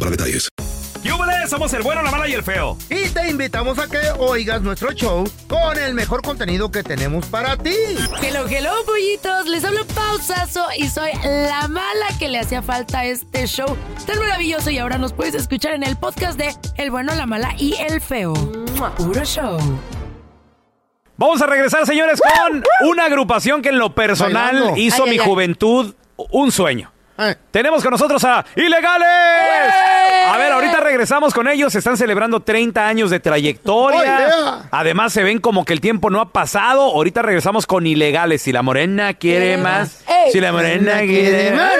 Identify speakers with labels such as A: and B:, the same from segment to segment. A: para detalles.
B: ¡Yúbele! Somos el bueno, la mala y el feo.
C: Y te invitamos a que oigas nuestro show con el mejor contenido que tenemos para ti.
B: Eh,
D: Hello, hello, pollitos. Les hablo pausazo y soy la mala que le hacía falta a este show tan maravilloso. Y ahora nos puedes escuchar en el podcast de El bueno, la mala y el feo. Puro show.
B: Vamos a regresar, señores, con una agrupación que en lo personal
C: Bailando.
B: hizo
D: Ay,
B: mi
D: ay, ay.
B: juventud un sueño.
C: Eh,
B: Tenemos con nosotros a Ilegales. A ver, ahorita regresamos con ellos. Están celebrando 30 años de
C: Oye,
B: trayectoria.
C: yeah.
B: Además, se ven como que el tiempo no ha pasado. Ahorita regresamos con Ilegales. Si la morena quiere más.
D: Ey.
B: Si la morena quiere más.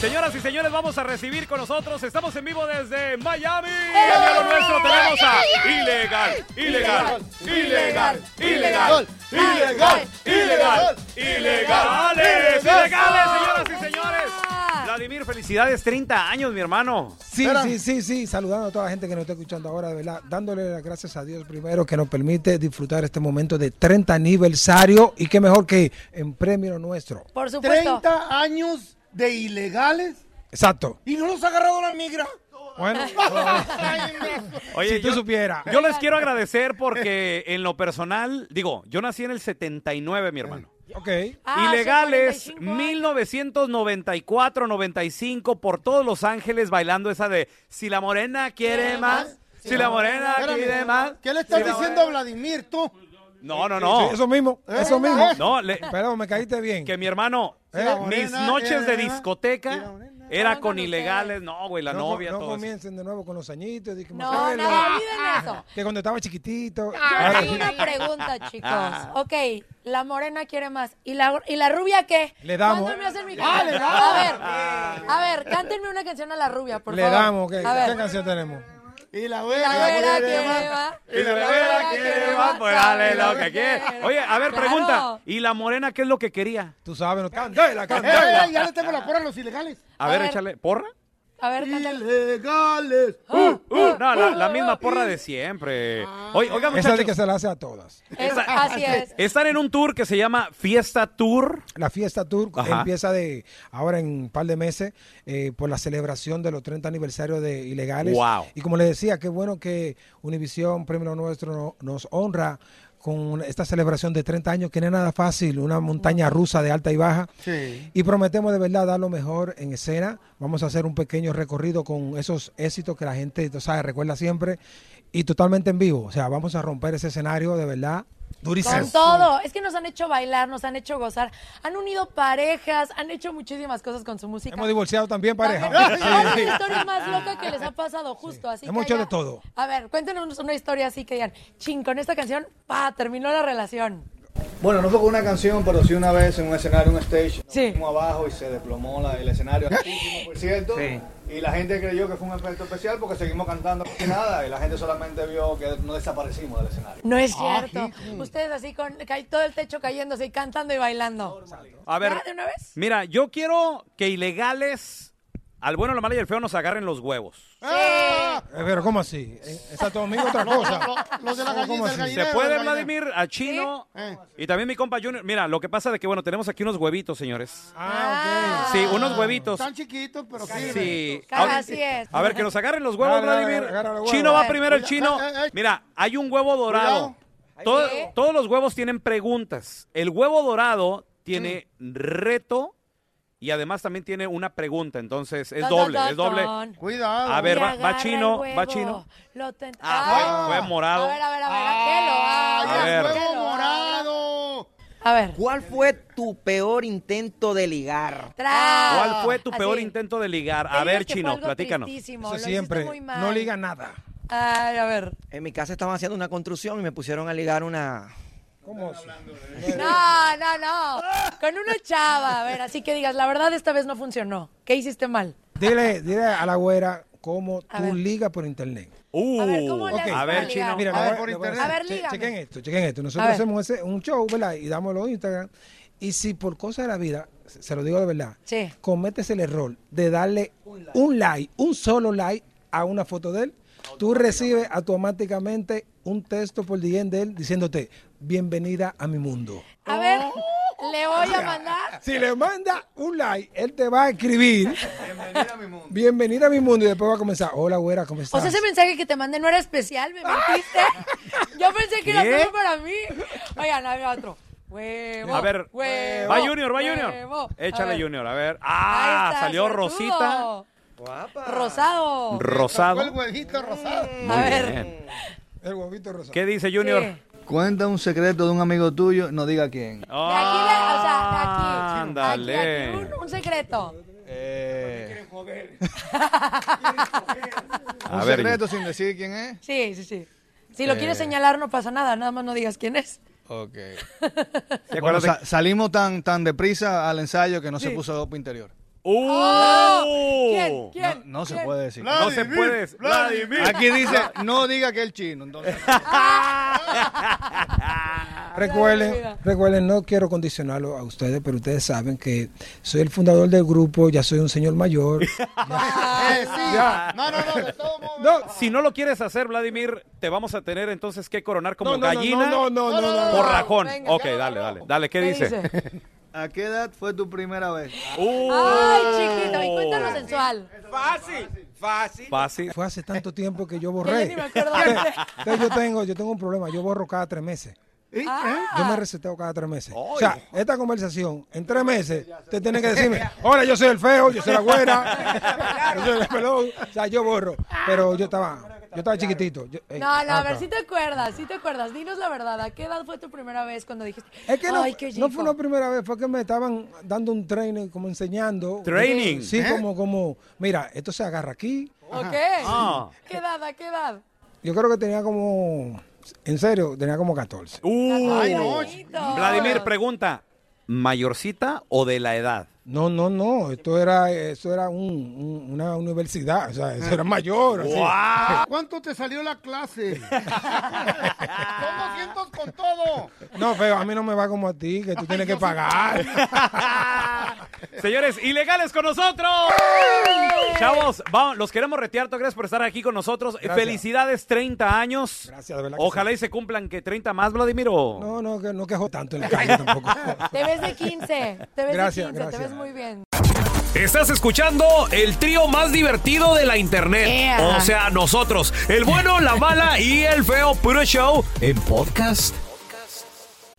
B: Señoras y señores, vamos a recibir con nosotros. Estamos en vivo desde Miami. En lo nuestro tenemos a Ilegal, Ilegal, Ilegal, Ilegal, Ilegal, Ilegal, Ilegales, Ilegales,
E: Ah.
B: señoras y señores. Vladimir, felicidades, 30 años, mi hermano.
E: Sí,
C: Espera.
E: sí, sí, sí, saludando a toda la gente que nos está escuchando ahora, de verdad, dándole las gracias a Dios primero que nos permite disfrutar este momento de 30 aniversario y qué mejor que en premio nuestro.
D: Por supuesto.
C: 30 años de ilegales
E: Exacto.
C: y no los ha agarrado la migra.
E: Bueno,
B: Oye,
E: si tú
B: yo-
E: supieras.
B: Yo les quiero agradecer porque en lo personal, digo, yo nací en el 79, mi hermano.
E: ok.
D: Ah, son
B: Ilegales,
E: ¿eh?
D: 45 años.
B: 1994-95, por todos Los Ángeles bailando esa de Si la morena quiere más, si la morena quiere más.
C: ¿Qué le
B: si
C: estás
B: la
C: diciendo a Vladimir tú?
B: morena- No, no, no.
E: Sí, eso mismo, eso mismo.
B: No, le-
E: Perdón, me caíste bien.
B: que mi hermano,
E: Eh, la
B: mis
C: morena
B: noches de
C: era-
B: discoteca era con ilegales. No, güey, la
E: no, co-
B: novia,
E: no
B: todo eso.
E: comiencen de nuevo con los añitos. de que
D: No,
E: Marcelo,
D: no, olviden eso.
E: Que cuando estaba chiquitito.
D: Yo
E: ahora
D: tengo una pregunta, chicos. Ok, la morena quiere más. ¿Y la, y la rubia qué?
E: Le damos. Ah,
D: ¿Cuándo me hacen mi canción?
C: le damos.
D: A ver, a ver, cántenme una canción a la rubia, por
E: Le
D: favor.
E: damos, ok. ¿qué,
D: A ver.
E: canción tenemos?
C: Y la
D: La güera quiere
C: güera
D: más.
B: Y la morena quiere más, pues dale lo que quiera. Oye, a ver,
D: Claro.
B: pregunta. ¿Y la morena qué es lo que quería?
E: Tú sabes, no. Candela,
C: Eh,
E: candela.
C: eh, ya le tengo la porra a los ilegales.
B: A,
D: A
B: ver,
D: ver.
B: échale. ¿Porra?
D: A ver, cántale.
C: Ilegales.
B: Uh, no, la, la misma porra de siempre. Oye, oiga,
E: Esa es de que
B: muchachos.
E: se la hace a todas.
D: Es- así es.
B: Están en un tour que se llama Fiesta Tour.
E: La fiesta tour
B: Ajá.
E: empieza de ahora en un par de meses eh, por la celebración de los 30 aniversarios de Ilegales.
B: Wow.
E: Y como les decía, qué bueno que Univisión Premio Nuestro no- nos honra con esta celebración de 30 años, que no es nada fácil, una montaña rusa de alta y baja.
C: Sí.
E: Y prometemos de verdad dar lo mejor en escena. Vamos a hacer un pequeño recorrido con esos éxitos que la gente, tú sabes, recuerda siempre. Y totalmente en vivo. O sea, vamos a romper ese escenario de verdad durísimo.
D: Con todo. Es que nos han hecho bailar, nos han hecho gozar, han unido parejas, han hecho muchísimas cosas con su música.
E: Hemos divorciado también pareja.
D: También- Vamos a la historia más loca que les ha pasado justo. Así Ah,
E: Hemos
D: que
E: hecho
D: haya-
E: de todo.
D: A ver, cuéntenos una historia así que digan, ching, con esta canción, pa, terminó la relación.
F: Bueno, no fue con una canción, pero sí una vez en un escenario, un stage.
G: Sí.
F: Nos fuimos abajo y se desplomó la- el escenario. Altísimo, por cierto.
G: Sí.
F: Y la gente creyó que fue un efecto especial porque seguimos cantando y nada. Y la gente solamente vio que no desaparecimos del escenario.
D: No es
E: Ah,
D: cierto. Ustedes así con ca- todo el techo cayéndose y cantando y bailando.
B: A ver,
D: ¿Ya, de una vez?
B: mira, yo quiero que ilegales al bueno, la mala y el feo nos agarren los huevos.
E: Eh, Pero ¿cómo así? Eh, Está tu amigo otra cosa.
C: Los de la
E: ¿Cómo-
C: gallina, el
E: cómo así?
B: Se
C: gallinero,
B: puede,
C: el gallinero.
B: Vladimir, a Chino
C: Eh.
B: y también mi compa Junior. Mira, lo que pasa de que, bueno, tenemos aquí unos huevitos, señores.
E: Ah, ok.
B: Sí, unos huevitos.
C: Están chiquitos, pero sí.
B: Sí.
D: Cara,
B: A-
D: así es.
B: A ver, que nos agarren los huevos,
E: Agarra,
B: Vladimir.
E: agarra, agarra los
B: Chino
E: huevos.
B: va primero,
D: Eh,
B: el chino.
C: Ay, ay, ay.
B: Mira, hay un huevo dorado. Todo- todos los huevos tienen preguntas. El huevo dorado tiene reto y además también tiene una pregunta. Entonces, es
D: Don,
B: doble,
D: don,
B: es doble.
D: don.
C: Cuidado.
B: A ver,
D: Y
B: va- va
D: agarra el
B: chino, va
D: huevo,
B: chino.
D: lo ten-
B: Ah, fue-
D: Ay.
B: fue morado.
D: A ver, a ver, a ver,
C: Ah,
D: aquelo, ah,
B: A
C: ya
B: ver.
C: es
D: aquelo,
C: huevo
D: ah.
C: morado.
D: A ver.
G: ¿Cuál fue tu peor intento de ligar?
D: Tra-
B: ¿Cuál fue tu peor
D: Ah. así.
B: intento de ligar?
D: Que
B: A ver,
D: digas que fue
B: chino,
D: algo
B: platícanos.
D: tristísimo,
E: Eso
D: lo
E: siempre.
D: hiciste muy mal.
E: No liga nada.
D: Ay, a ver.
G: En mi casa estaban haciendo una construcción y me pusieron a ligar una...
E: ¿Cómo así?
D: No, no, no. Con una chava, a ver, así que digas, la verdad esta vez no funcionó. ¿Qué hiciste mal?
E: Dile, dile a la güera cómo
D: A
E: tú
D: ver.
E: ligas por internet.
B: Uh,
D: A ver, ¿cómo le
E: Ok.
D: haces
B: a
D: para
B: ver,
D: ligar?
B: chino.
E: Mira,
C: A ver,
E: le voy
C: por
E: le voy a
C: internet.
E: hacer-
D: A ver,
E: che-
D: dígame.
E: Chequen esto, chequen esto. Nosotros
D: ver.
E: hacemos ese- un show, ¿verdad? Y dámoslo en Instagram. Y si por cosa de la vida, se se lo digo de verdad,
D: Sí.
E: cometes el error de darle un like, un solo like a una foto de él, tú recibes automáticamente un texto por DM de él diciéndote, bienvenida a mi mundo.
D: A ver, le voy a mandar.
E: Si le manda un like, él te va a escribir,
F: Bienvenida a mi mundo.
E: bienvenida a mi mundo, y después va a comenzar, hola güera, ¿cómo
D: O
E: estás?
D: sea, ese mensaje que te mandé no era especial, me mentiste. Yo pensé que
B: ¿Qué?
D: era solo para mí. Oigan, había otro. Huevo.
B: A ver,
D: huevo,
B: va Junior, va
D: huevo.
B: Junior.
D: A
B: Échale
D: ver.
B: Junior, a ver.
D: Ahí
B: Ah,
D: está,
B: salió
D: suertudo.
B: Rosita,
D: Rosado.
C: Fue el
B: Rosado.
C: huevito rosado.
D: A ver.
B: Bien.
E: El huevito rosado.
B: ¿Qué dice Junior?
D: Sí.
F: Cuenta un secreto de un amigo tuyo, no diga quién.
B: Ah.
D: De aquí, de, o sea, de aquí.
B: Ándale.
D: Aquí, aquí. Un, un secreto.
B: A
F: un
B: ver,
F: secreto sin decir quién es.
D: Sí, sí, sí. Si lo quieres señalar, no pasa nada. Nada más no digas quién es.
F: Ok.
B: ¿te
F: Bueno,
B: acuerdas?
F: sa- salimos tan, tan deprisa al ensayo que no se puso dopo interior.
B: ¡Uh!
D: Oh,
H: Oh.
D: ¿Quién?
F: No,
D: ¿Quién?
F: no se
D: ¿Quién?
F: puede decir.
B: No se puede. Vladimir.
F: Aquí dice, no diga que el chino. Entonces,
E: Recuerden, recuerden, no quiero condicionarlo a ustedes, pero ustedes saben que soy el fundador del grupo, ya soy un señor mayor.
C: Eh, sí. No, no, no, de todos modos.
E: No,
B: Si no lo quieres hacer, Vladimir, te vamos a tener entonces que coronar como
E: no, no, no,
B: gallina
E: no, no, no, no, no, no.
B: por rajón.
D: Venga,
B: ok,
D: ya lo
B: dale,
D: agarró.
B: dale. Dale, ¿qué, dice?
F: ¿a qué edad fue tu primera vez?
B: ¡Uh!
D: Ay, chiquito, y cuéntalo sensual.
B: Fácil.
E: Fue hace tanto tiempo que yo
D: Que yo
E: borré.
D: ni me acuerdo
E: Entonces, entonces yo tengo, yo tengo un problema, yo borro cada tres meses.
D: Ah.
E: Yo me reseteo cada tres meses. O sea, esta conversación, en tres meses, te tienen que decirme, hola, yo soy el feo, yo soy la güera, yo soy el pelón. O sea, yo borro. Pero yo estaba, yo estaba chiquitito. Yo- ey,
D: No, no, a ver,
E: acá.
D: si te acuerdas, si te acuerdas. Dinos la verdad, ¿a qué edad fue tu primera vez cuando dijiste?
E: Es que no,
D: Ay, qué
E: no fue
D: rico"?
E: una primera vez, fue que me estaban dando un training, como enseñando.
B: Training.
E: Sí, como, como, mira, esto se agarra aquí.
D: ¿Ok?
B: Ah.
D: ¿Qué edad, a qué edad?
E: Yo creo que tenía como, en serio, tenía como 14.
B: ¡Uh!
C: Ay, no.
D: Bonito.
B: Vladimir, pregunta. ¿Mayorcita o de la edad?
E: No, no, no, esto era, eso era un, un- una universidad, o sea, eso era mayor. así.
C: ¿Cuánto te salió la clase? ¿Cómo sientos con todo?
E: No, pero a mí no me va como a ti, que tú tienes que pagar.
B: Señores, ilegales con nosotros. Chavos, vamos, los queremos retear. Todo Gracias por estar aquí con nosotros. Felicidades, 30 años.
E: Gracias, de verdad que
B: Ojalá y se cumplan que 30 más, Vladimir. o-
E: No, no, que no quejo tanto en la calle tampoco.
D: Te ves de 15, te ves
E: Gracias,
D: de 15, te
E: gracias.
D: ves muy bien.
I: Estás escuchando el trío más divertido de la internet.
D: Ea.
I: O sea, nosotros, el bueno, la mala y el feo puro show en podcast.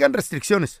C: aplican restricciones.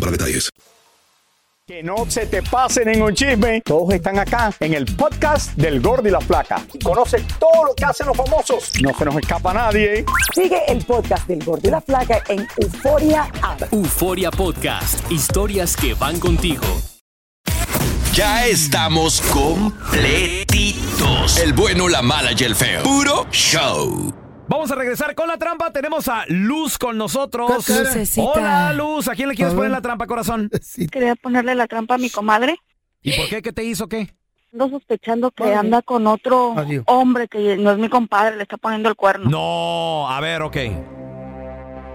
A: para detalles.
J: Que no se te pase ningún chisme. Todos están acá en el podcast del Gordi y la Flaca. Y conoce todo lo que hacen los famosos. No se nos escapa nadie. ¿eh?
K: Sigue el podcast del Gordo y la Flaca en Euforia App.
L: Euforia Podcast, historias que van contigo.
M: Ya estamos completitos. El bueno, la mala y el feo. Puro show.
B: Vamos a regresar con la trampa. Tenemos a Luz con nosotros.
H: Con Lucecita.
B: Hola, Luz. ¿A quién le quieres
H: A ver.
B: poner la trampa, corazón?
H: Quería ponerle la trampa a mi comadre.
B: ¿Y por qué? ¿Qué te hizo? ¿Qué?
H: Ando sospechando que anda con otro
B: Adiós.
H: hombre que no es mi compadre, le está poniendo el cuerno.
B: No, a ver, ok.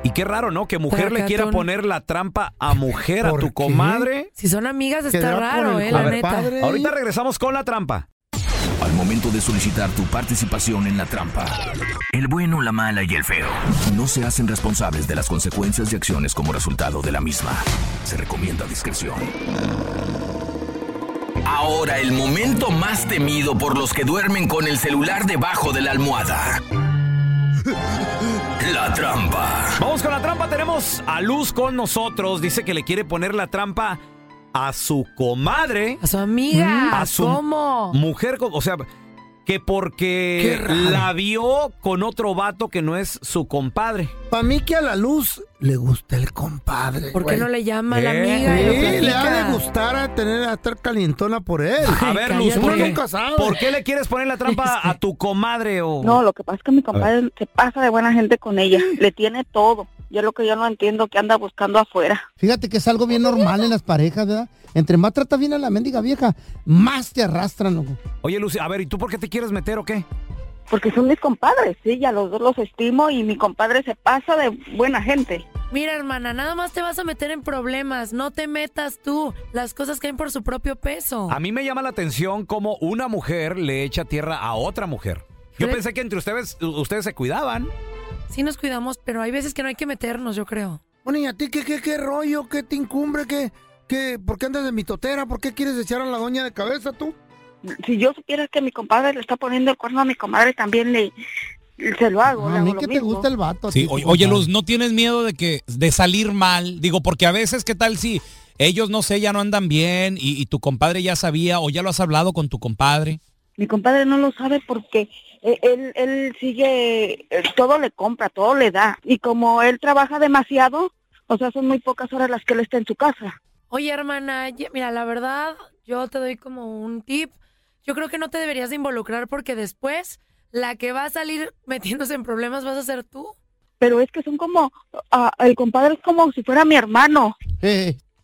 B: Y qué raro, ¿no? Que mujer le quiera poner la trampa a mujer, a tu comadre.
D: Si son amigas
B: Quedará
D: está
B: por
D: raro,
B: el
D: eh, la
B: compadre.
D: neta.
B: Ahorita regresamos con la trampa.
M: Al momento de solicitar tu participación en la trampa, el bueno, la mala y el feo no se hacen responsables de las consecuencias y acciones como resultado de la misma. Se recomienda discreción. Ahora el momento más temido por los que duermen con el celular debajo de la almohada. La trampa.
B: Vamos con la trampa. Tenemos a Luz con nosotros. Dice que le quiere poner la trampa a su comadre.
D: A su amiga.
B: A su
D: ¿Cómo?
B: mujer. co- O sea, que porque la vio con otro vato que no es su compadre.
C: Para mí que a la luz le gusta el compadre.
D: ¿Por qué
C: güey.
D: no le llama a la
C: Eh,
D: amiga? y lo
C: sí, le
D: platica?
C: ha de gustar a tener a estar calientona por él.
B: A ver, Luz,
C: Uno
B: ¿por qué,
C: nunca sabe. Este.
B: por qué le quieres poner la trampa a tu comadre? O...
H: No, lo que pasa es que mi compadre se pasa de buena gente con ella. Le tiene todo. Yo lo que yo no entiendo que anda buscando afuera.
C: Fíjate que es algo bien normal en las parejas, ¿verdad? Entre más trata bien a la mendiga vieja, más te arrastran, loco.
B: Oye, Luz, a ver, ¿y tú por qué te quieres meter o qué?
H: Porque son mis compadres, sí, ya los dos los estimo y mi compadre se pasa de buena gente.
D: Mira, hermana, nada más te vas a meter en problemas. No te metas tú. Las cosas caen por su propio peso.
B: A mí me llama la atención cómo una mujer le echa tierra a otra mujer. Yo
D: ¿Crees?
B: pensé que entre ustedes, ustedes se cuidaban.
D: Sí nos cuidamos, pero hay veces que no hay que meternos, yo creo.
C: Bueno, ¿y a ti qué, qué, qué rollo? ¿Qué te incumbre? ¿Qué, qué, ¿Por qué andas de mitotera? ¿Por qué quieres echar a la doña de cabeza tú?
H: Si yo supiera que mi compadre le está poniendo el cuerno a mi comadre, también le se lo hago. le
C: a mí
H: hago lo
C: que te
H: mismo.
C: gusta el vato. a
N: Sí,
C: ti,
N: oye,
C: tu
N: oye,
C: compadre.
N: Luz, ¿no tienes miedo de que de salir mal? Digo, porque a veces, ¿qué tal si ellos, no sé, ya no andan bien y, y tu compadre ya sabía o ya lo has hablado con tu compadre?
H: Mi compadre no lo sabe porque eh, él, él sigue, eh, todo le compra, todo le da. Y como él trabaja demasiado, o sea, son muy pocas horas las que él está en su casa.
D: Oye, hermana, ye- mira, la verdad, yo te doy como un tip. Yo creo que no te deberías de involucrar porque después la que va a salir metiéndose en problemas vas a ser tú.
H: Pero es que son como, ah, el compadre es como si fuera mi hermano.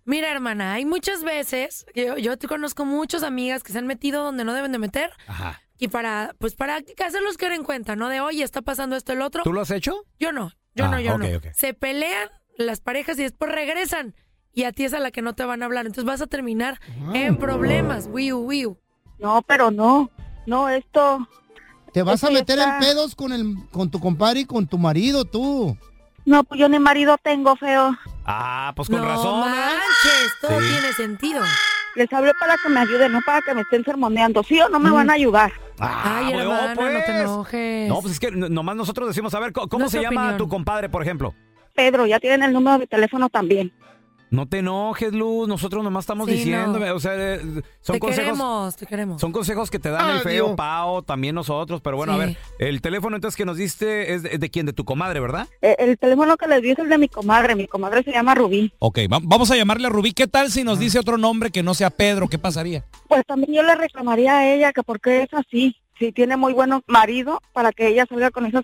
D: Mira, hermana, hay muchas veces, que yo, yo te conozco muchas amigas que se han metido donde no deben de meter
B: Ajá.
D: y para, pues para que hacerlos caer en cuenta, ¿no? De, oye, está pasando esto, el otro.
B: ¿Tú lo has hecho?
D: Yo no, yo
B: Ah,
D: no, yo
B: ok,
D: no.
B: ok.
D: Se pelean las parejas y después regresan y a ti es a la que no te van a hablar. Entonces vas a terminar
B: Ah.
D: en problemas, wiu, wiu.
H: No, pero no, no, esto...
C: Te vas a
H: esto ya
C: meter
H: está-
C: en pedos con, el, con tu compadre y con tu marido, tú.
H: No, pues yo ni marido tengo, feo.
B: Ah, pues con
D: no
B: razón. ¿eh?
D: manches, todo
B: Sí.
D: tiene sentido.
H: Les hablo para que me ayuden, no para que me estén sermoneando. ¿Sí o no me van
D: Mm.
H: a ayudar?
B: Ah,
D: Ay,
B: bueno,
D: hermana, no te
B: pues.
D: enojes.
B: No, pues es que n- nomás nosotros decimos, a ver, ¿cómo, cómo se
D: Nuestra
B: llama
D: opinión.
B: tu compadre, por ejemplo?
H: Pedro, ya tienen el número de teléfono también.
B: No te enojes, Luz. Nosotros nomás estamos
D: Sí,
B: diciendo,
D: no.
B: o sea, eh, son
D: te
B: consejos.
D: queremos, te queremos.
B: Son consejos que te dan el
D: Ah,
B: feo,
D: Dios.
B: Pao, también nosotros, pero bueno, a
D: Sí.
B: ver, el teléfono entonces que nos diste es de, es de quién, de tu comadre, ¿verdad?
H: Eh, El teléfono que les di es el de mi comadre. Mi comadre se llama Rubí.
N: Ok, va- vamos a llamarle a Rubí. ¿Qué tal si nos
B: Ah.
N: dice otro nombre que no sea Pedro? ¿Qué pasaría?
H: Pues también yo le reclamaría a ella que por qué es así. Si tiene muy buenos marido para que ella salga con esas...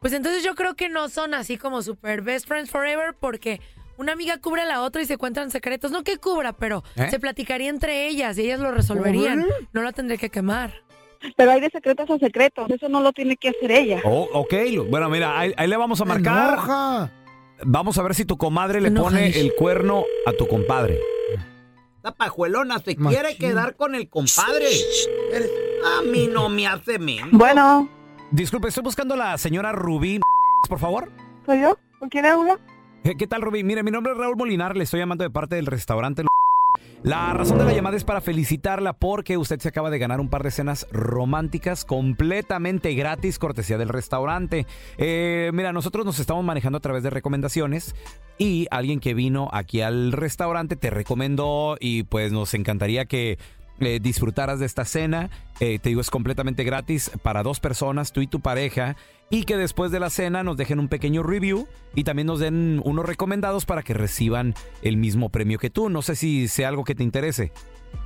D: Pues entonces yo creo que no son así como super best friends forever porque una amiga cubre a la otra y se cuentan secretos. No que cubra, pero
H: ¿Eh?
D: se platicaría entre ellas y ellas lo resolverían. No la tendría que quemar.
H: Pero hay de secretos a secretos. Eso no lo tiene que hacer ella.
B: Oh, ok, Luz. bueno, mira, ahí, ahí le vamos a marcar. Vamos a ver si tu comadre le pone el cuerno a tu compadre.
O: Esta pajuelona se
B: Machín.
O: quiere quedar con el compadre. A mí no me hace menos.
H: Bueno.
B: Disculpe, estoy buscando a la señora Rubí, por favor.
H: ¿Soy yo? ¿Con quién hablo?
B: Eh, ¿Qué tal, Rubí? Mire, mi nombre es Raúl Molinar, le estoy llamando de parte del restaurante. Lo- La razón de la llamada es para felicitarla porque usted se acaba de ganar un par de cenas románticas completamente gratis, cortesía del restaurante. Eh, mira, nosotros nos estamos manejando a través de recomendaciones y alguien que vino aquí al restaurante te recomendó y pues nos encantaría que eh, disfrutaras de esta cena. Eh, te digo, es completamente gratis para dos personas, tú y tu pareja. Y que después de la cena nos dejen un pequeño review y también nos den unos recomendados para que reciban el mismo premio que tú. No sé si sea algo que te interese.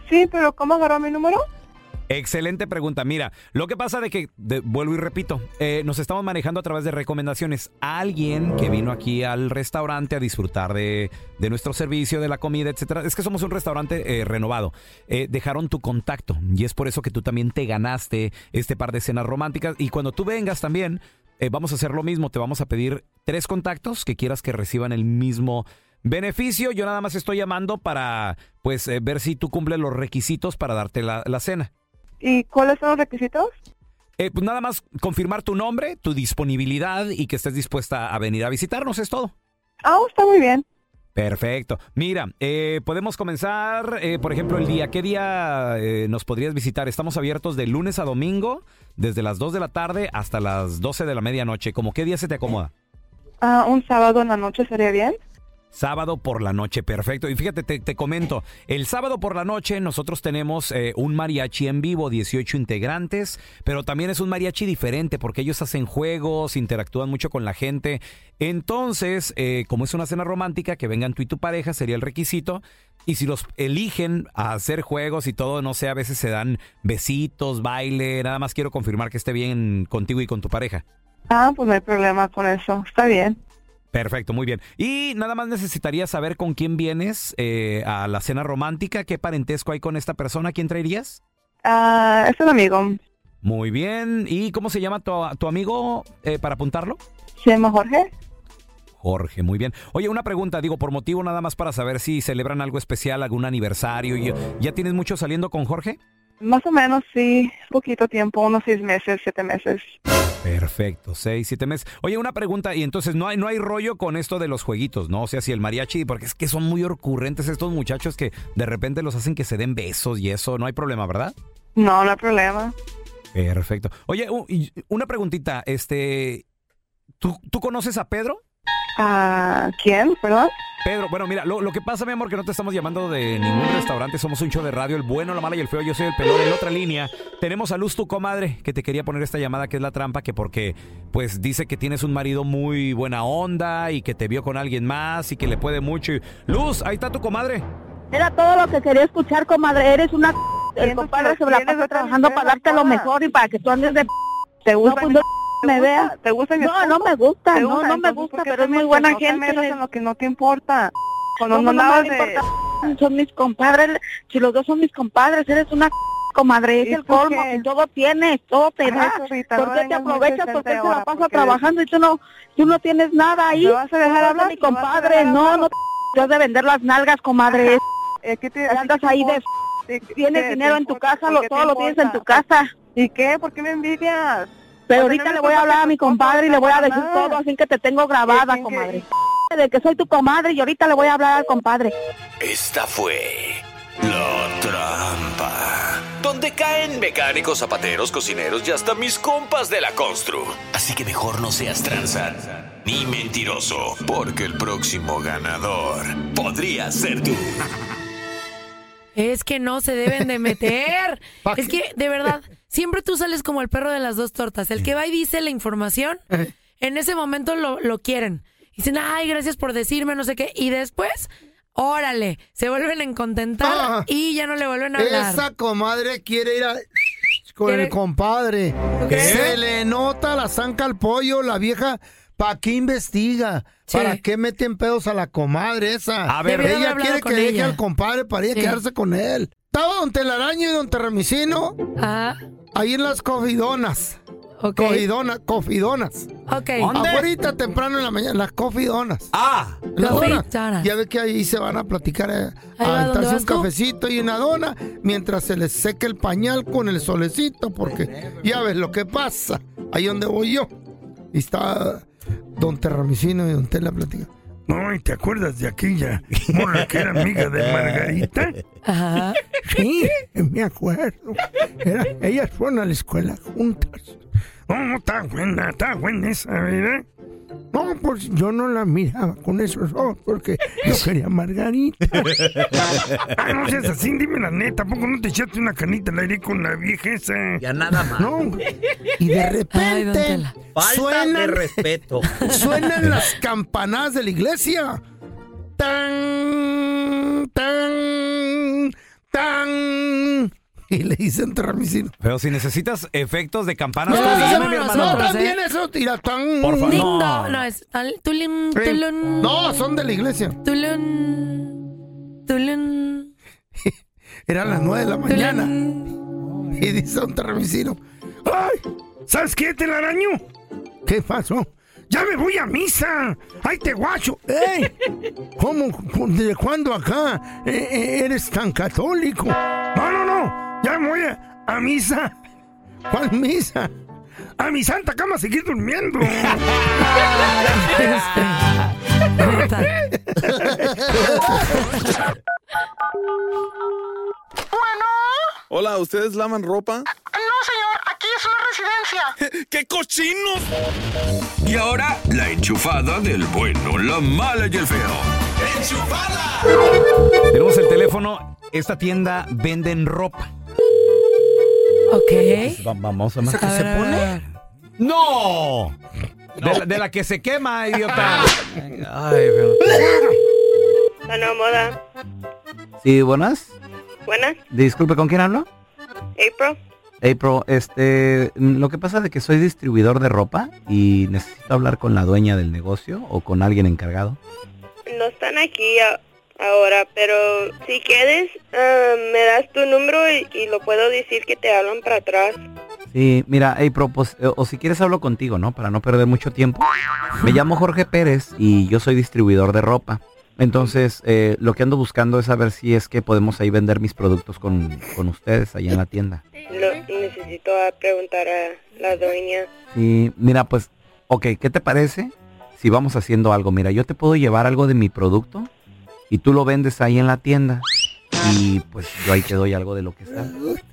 H: Sí, pero ¿cómo agarró mi número?
B: Excelente pregunta. Mira, lo que pasa de que, de- vuelvo y repito, eh, nos estamos manejando a través de recomendaciones. Alguien que vino aquí al restaurante a disfrutar de, de nuestro servicio, de la comida, etcétera. Es que somos un restaurante eh, renovado. Eh, dejaron tu contacto y es por eso que tú también te ganaste este par de cenas románticas. Y cuando tú vengas también, eh, vamos a hacer lo mismo. Te vamos a pedir tres contactos que quieras que reciban el mismo beneficio. Yo nada más estoy llamando para, pues, eh, ver si tú cumples los requisitos para darte la- la cena.
H: ¿Y cuáles son los requisitos?
B: Eh, pues nada más confirmar tu nombre, tu disponibilidad y que estés dispuesta a venir a visitarnos, es todo.
H: Ah, está muy bien.
B: Perfecto. Mira, eh, podemos comenzar, eh, por ejemplo, el día. ¿Qué día eh, nos podrías visitar? Estamos abiertos de lunes a domingo, desde las 2 de la tarde hasta las 12 de la medianoche. ¿Cómo qué día se te acomoda?
H: Ah, un sábado en la noche sería bien.
B: Sábado por la noche, perfecto. Y fíjate, te, te comento, el sábado por la noche nosotros tenemos eh, un mariachi en vivo, 18 integrantes, pero también es un mariachi diferente porque ellos hacen juegos, interactúan mucho con la gente. Entonces, eh, como es una cena romántica, que vengan tú y tu pareja sería el requisito. Y si los eligen a hacer juegos y todo, no sé, a veces se dan besitos, baile, nada más quiero confirmar que esté bien contigo y con tu pareja.
H: Ah, pues no hay problema con eso. Está bien.
B: Perfecto, muy bien. Y nada más necesitaría saber con quién vienes eh, a la cena romántica, qué parentesco hay con esta persona, quién traerías.
H: Ah, es un amigo.
B: Muy bien. ¿Y cómo se llama tu, tu amigo eh, para apuntarlo?
H: Se llama Jorge.
B: Jorge, muy bien. Oye, una pregunta, digo, por motivo nada más para saber si celebran algo especial, algún aniversario. y- ¿Ya tienes mucho saliendo con Jorge?
H: Más o menos, sí. Poquito tiempo, unos seis meses, siete meses.
B: Perfecto, seis, siete meses. Oye, una pregunta, y entonces no hay, no hay rollo con esto de los jueguitos, ¿no? O sea, si el mariachi, porque es que son muy ocurrentes estos muchachos que de repente los hacen que se den besos y eso, no hay problema, ¿verdad?
H: No, no hay problema.
B: Perfecto. Oye, u- y una preguntita, este, ¿tú, tú conoces a Pedro?
H: Ah, ¿quién? ¿Perdón?
B: Pedro, bueno, mira, lo, lo que pasa, mi amor, que no te estamos llamando de ningún restaurante, somos un show de radio, el bueno, la mala y el feo, yo soy el pelón en otra línea. Tenemos a Luz, tu comadre, que te quería poner esta llamada, que es la trampa, que porque, pues, dice que tienes un marido muy buena onda y que te vio con alguien más y que le puede mucho. y- Luz, ahí está tu comadre.
H: Era todo lo que quería escuchar, comadre. Eres una... El compadre se la pasa trabajando para darte lo mejor y para que tú andes de... Te gusta cuando pues me vea. ¿Te gusta No, no me gusta.
P: ¿Te
H: No,
P: gusta?
H: no me
P: Entonces,
H: gusta,
P: ¿por qué
H: pero es
P: te
H: muy buena
P: metes? No te
H: gente.
P: metas en
H: lo que no te importa.
P: Cuando no andabas de-
H: Son mis compadres. Si los dos son mis compadres, eres una... Comadre, es
P: ¿Y
H: el
P: tú
H: colmo,
P: qué?
H: que todo tienes, todo te
P: Ajá,
H: da.
P: Rita, no
H: ¿Por qué te
P: vengas muy
H: aprovechas?
P: presente
H: ¿Por qué te
P: ahora,
H: la pasas
P: porque-
H: trabajando y tú no, tú no tienes nada ahí?
P: ¿Me vas a dejar
H: No eres
P: hablar?
H: Mi
P: ¿Me vas a
H: compadre,
P: dejar
H: no,
P: hablar?
H: no te has de vender las nalgas, comadre. Te andas ahí de... Tienes dinero en tu casa, lo, todo lo tienes en tu casa. ¿Y qué? ¿Por qué me envidias?
P: Pues,
H: Pero ahorita
P: no
H: le
P: me
H: voy a
P: importa
H: hablar a
P: que
H: mi
P: tu compa
H: compadre y
P: no
H: le voy a
P: sepa
H: decir
P: nada.
H: todo, así que te tengo grabada, comadre. De que soy tu comadre y ahorita le voy a hablar al compadre.
L: Esta fue la trampa. Donde caen mecánicos, zapateros, cocineros y hasta mis compas de la constru. Así que mejor no seas tranza.
M: ni mentiroso, porque el próximo ganador podría ser tú.
D: Es que no se deben de meter. es que, de verdad, siempre tú sales como el perro de las dos tortas. El que va y dice la información, en ese momento lo, lo quieren. Dicen, ay, gracias por decirme, no sé qué. Y después, órale, se vuelven a encontentar
C: Ah.
D: y ya no le vuelven a hablar.
C: Esa comadre quiere ir a... Con el compadre.
D: ¿Qué?
C: Se le nota la zanca al pollo, la vieja. ¿Para qué investiga? ¿Para qué meten pedos a la comadre esa?
F: A ver. Debió de
C: ella
F: haber
C: quiere
F: hablado
C: que
F: con
C: deje
F: ella.
C: al compadre para ir a
F: Sí.
C: quedarse con él. Estaba don Telaraño y don Terramicino. Ahí en las cofidonas.
D: Ah, Ok.
C: Cofidonas, cofidonas.
D: Ok. ¿Dónde?
C: Ahorita temprano en la mañana, las cofidonas.
D: Ah.
C: Las donas.
D: Cofidonas.
C: Ya ve que ahí se van a platicar, eh, a
D: Ahí va, ¿dónde
C: aventarse
D: vas
C: un
D: tú?
C: cafecito y una dona mientras se les seque el pañal con el solecito, porque ya ves lo que pasa. Ahí donde voy yo. Y está don Terramicino y don Tela platicando. No, ¿y ¿te acuerdas de aquella morra que era amiga de Margarita?
D: Ajá.
C: Sí, me acuerdo. Era- ellas fueron a la escuela juntas. No, está buena, está buena esa, ¿verdad? No, pues yo no la miraba con esos ojos porque yo quería a Margarita. Ah, no seas así, dime la neta. ¿Tampoco no te echaste una canita al aire con la vieja esa? Ya
Q: nada más.
C: No, y de
Q: Ay, don
C: repente
Q: Tela. Falta de respeto.
C: suenan las campanadas de la iglesia. Tan, tan, tan. Y le dicen Ramicino.
R: Pero si necesitas efectos de campanas,
B: Ah,
C: No,
R: tú
C: no,
R: dime,
C: no,
R: mi
C: no,
R: hermano.
C: no, también eso tira tan.
R: Por favor.
D: Ding
R: No.
D: dong. No, es tal- tulum,
C: Sí.
D: tulum.
C: No, son de la iglesia.
D: Tulum, tulum.
C: Eran las nueve de la mañana. Y dice un terramicino. ¡Ay! ¿Sabes qué, telaraño? ¿Qué pasó? ¡Ya me voy a misa! ¡Ay, te guacho! ¡Ey! ¿Cómo? ¿Desde cuándo acá eh, eh, eres tan católico? No, no, no. Ya me voy a, a misa. ¿Cuál misa? A mi santa cama a seguir durmiendo.
A: Hola, ¿ustedes lavan ropa?
S: Eh, No, señor, aquí es una residencia.
A: ¡Qué cochinos!
M: Y ahora, la enchufada del bueno, la mala y el feo.
R: Tenemos el teléfono. Esta tienda venden ropa.
D: Ok.
R: Va- Vamos a más.
D: A ver, a ver, a ver.
R: ¡No! De, la, de la que se quema, idiota. Ay,
T: Bueno, moda.
B: Sí, buenas.
T: Buenas.
B: Disculpe, ¿con quién hablo?
T: April.
B: April, este, mm, lo que pasa es que soy distribuidor de ropa y necesito hablar con la dueña del negocio o con alguien encargado.
T: No están aquí a- ahora, pero si quieres, ah, me das tu número y, y lo puedo decir que te hablan para atrás.
B: Sí, mira, April, pues, eh, o si quieres hablo contigo, ¿no? Para no perder mucho tiempo. Me llamo Jorge Pérez y yo soy distribuidor de ropa. Entonces, eh, lo que ando buscando es saber si es que podemos ahí vender mis productos con, con ustedes allá en la tienda.
T: Lo- necesito a preguntar a la dueña.
B: Sí, mira, pues, ok, ¿qué te parece si vamos haciendo algo? Mira, yo te puedo llevar algo de mi producto y tú lo vendes ahí en la tienda y pues yo ahí te doy algo de lo que está.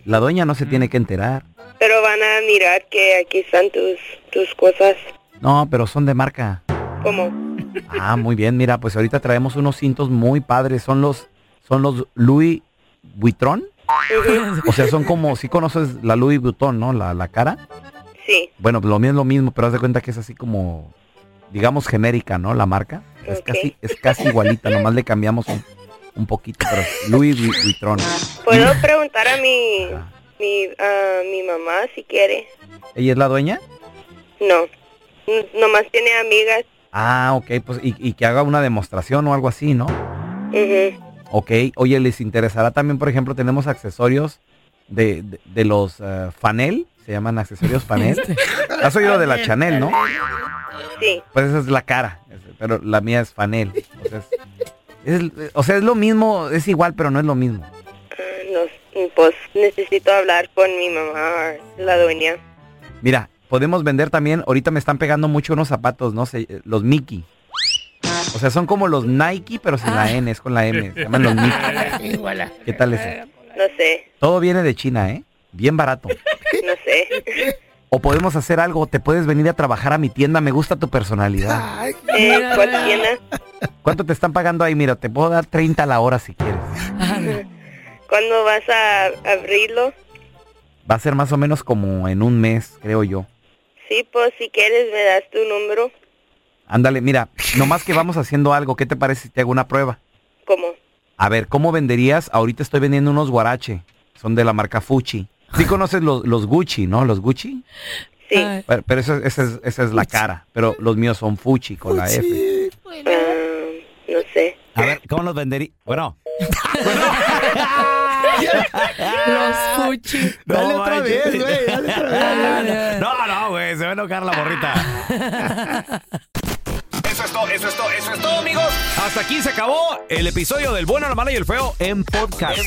B: La dueña no se tiene que enterar.
T: Pero van a mirar que aquí están tus, tus cosas.
B: No, pero son de marca.
T: Como,
B: Ah, muy bien, mira, pues ahorita traemos unos cintos muy padres, son los, son los Louis Vuitton. O sea, son como, si conoces la Louis Vuitton, ¿no? La, la cara.
T: sí.
B: Bueno, lo mío es lo mismo, pero haz de cuenta que es así como, digamos, genérica, ¿no? La marca. Es, casi, es casi igualita, nomás le cambiamos un, un poquito. Pero es Louis Vu- Vuitton.
T: Ah,
B: Ah.
T: Puedo preguntar a mi, mi, a mi mamá si quiere.
B: ¿Ella es la dueña?
T: No. N- Nomás tiene amigas.
B: Ah, ok, pues y, y que haga una demostración o algo así, ¿no?
T: Ujú.
B: Ok, oye, ¿les interesará también, por ejemplo, tenemos accesorios de, de- de los eh, Fanel? Se llaman accesorios Fanel. Has oído de la Chanel, ¿no?
T: Sí.
B: Pues esa es la cara, es- pero la mía es Fanel. O sea es, es- o sea, es lo mismo, es igual, pero no es lo mismo.
T: Ah, No, pues necesito hablar con mi mamá, la dueña.
B: Mira, podemos vender también, ahorita me están pegando mucho unos zapatos, no sé, eh, los Mickey. O sea, son como los Nike, pero sin la N, es con la M. Se llaman los Mickey. ¿Qué tal es?
T: No sé,
B: Todo viene de China, ¿eh? Bien barato.
T: no sé.
B: O podemos hacer algo, te puedes venir a trabajar a mi tienda, me gusta tu personalidad.
T: Eh, ¿Cuál tienda?
B: ¿Cuánto te están pagando ahí? Mira, te puedo dar 30 a la hora si quieres.
T: ¿Cuándo vas a abrirlo?
B: Va a ser más o menos como en un mes, creo yo.
T: Sí, pues si quieres me das tu número.
B: Ándale, mira, nomás que vamos haciendo algo, ¿qué te parece si te hago una prueba?
T: ¿Cómo?
B: A ver, ¿cómo venderías? Ahorita estoy vendiendo unos guarache, son de la marca Fuchi. Sí conoces los, los Gucci, ¿no? Los Gucci.
T: Sí.
B: Pero, pero esa, esa es, esa es la cara, pero los míos son Fuchi con la F.
T: Ah, no sé.
B: A ver, ¿cómo los vendería? Bueno.
D: Los fuchi.
C: Dale otra vez, güey, dale otra vez, dale, dale.
U: No, no, güey, se va a enojar la borrita.
V: Eso es todo, eso es todo, eso es todo, amigos.
U: Hasta aquí se acabó el episodio del bueno, la mala y el feo en podcast.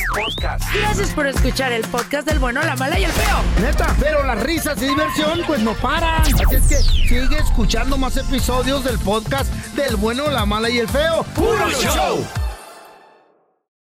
D: Gracias por escuchar el podcast del bueno, la mala y el feo.
C: Neta, pero las risas y diversión pues no paran. Así es que sigue escuchando más episodios del podcast del bueno, la mala y el feo.
V: ¡Puro show!